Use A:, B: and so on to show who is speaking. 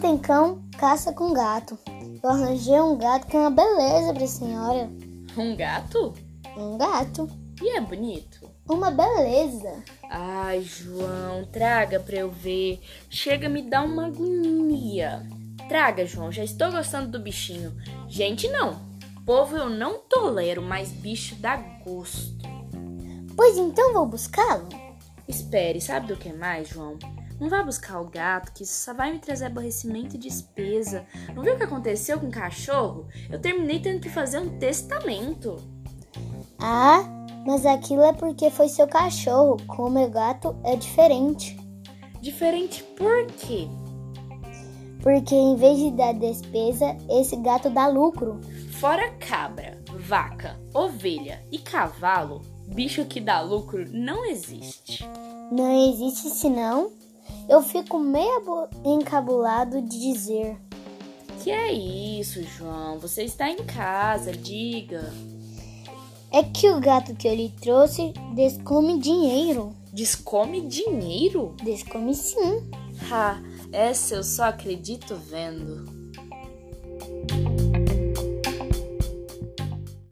A: tem cão, caça com gato. Eu arranjei um gato que é uma beleza pra senhora.
B: Um gato?
A: Um gato.
B: E é bonito.
A: Uma beleza.
B: Ai, João, traga pra eu ver. Chega, me dá uma agonia. Traga, João, já estou gostando do bichinho. Gente, não. Povo eu não tolero, mas bicho dá gosto.
A: Pois então vou buscá-lo.
B: Espere, sabe do que mais, João? Não vá buscar o gato, que isso só vai me trazer aborrecimento e despesa. Não viu o que aconteceu com o cachorro? Eu terminei tendo que fazer um testamento.
A: Ah, mas aquilo é porque foi seu cachorro. Com o meu gato é diferente.
B: Diferente por quê?
A: Porque em vez de dar despesa, esse gato dá lucro.
B: Fora cabra, vaca, ovelha e cavalo, bicho que dá lucro não existe.
A: Não existe senão. Eu fico meio abo- encabulado de dizer.
B: Que é isso, João? Você está em casa, diga.
A: É que o gato que eu lhe trouxe descome dinheiro.
B: Descome dinheiro?
A: Descome sim.
B: Ha, essa eu só acredito vendo.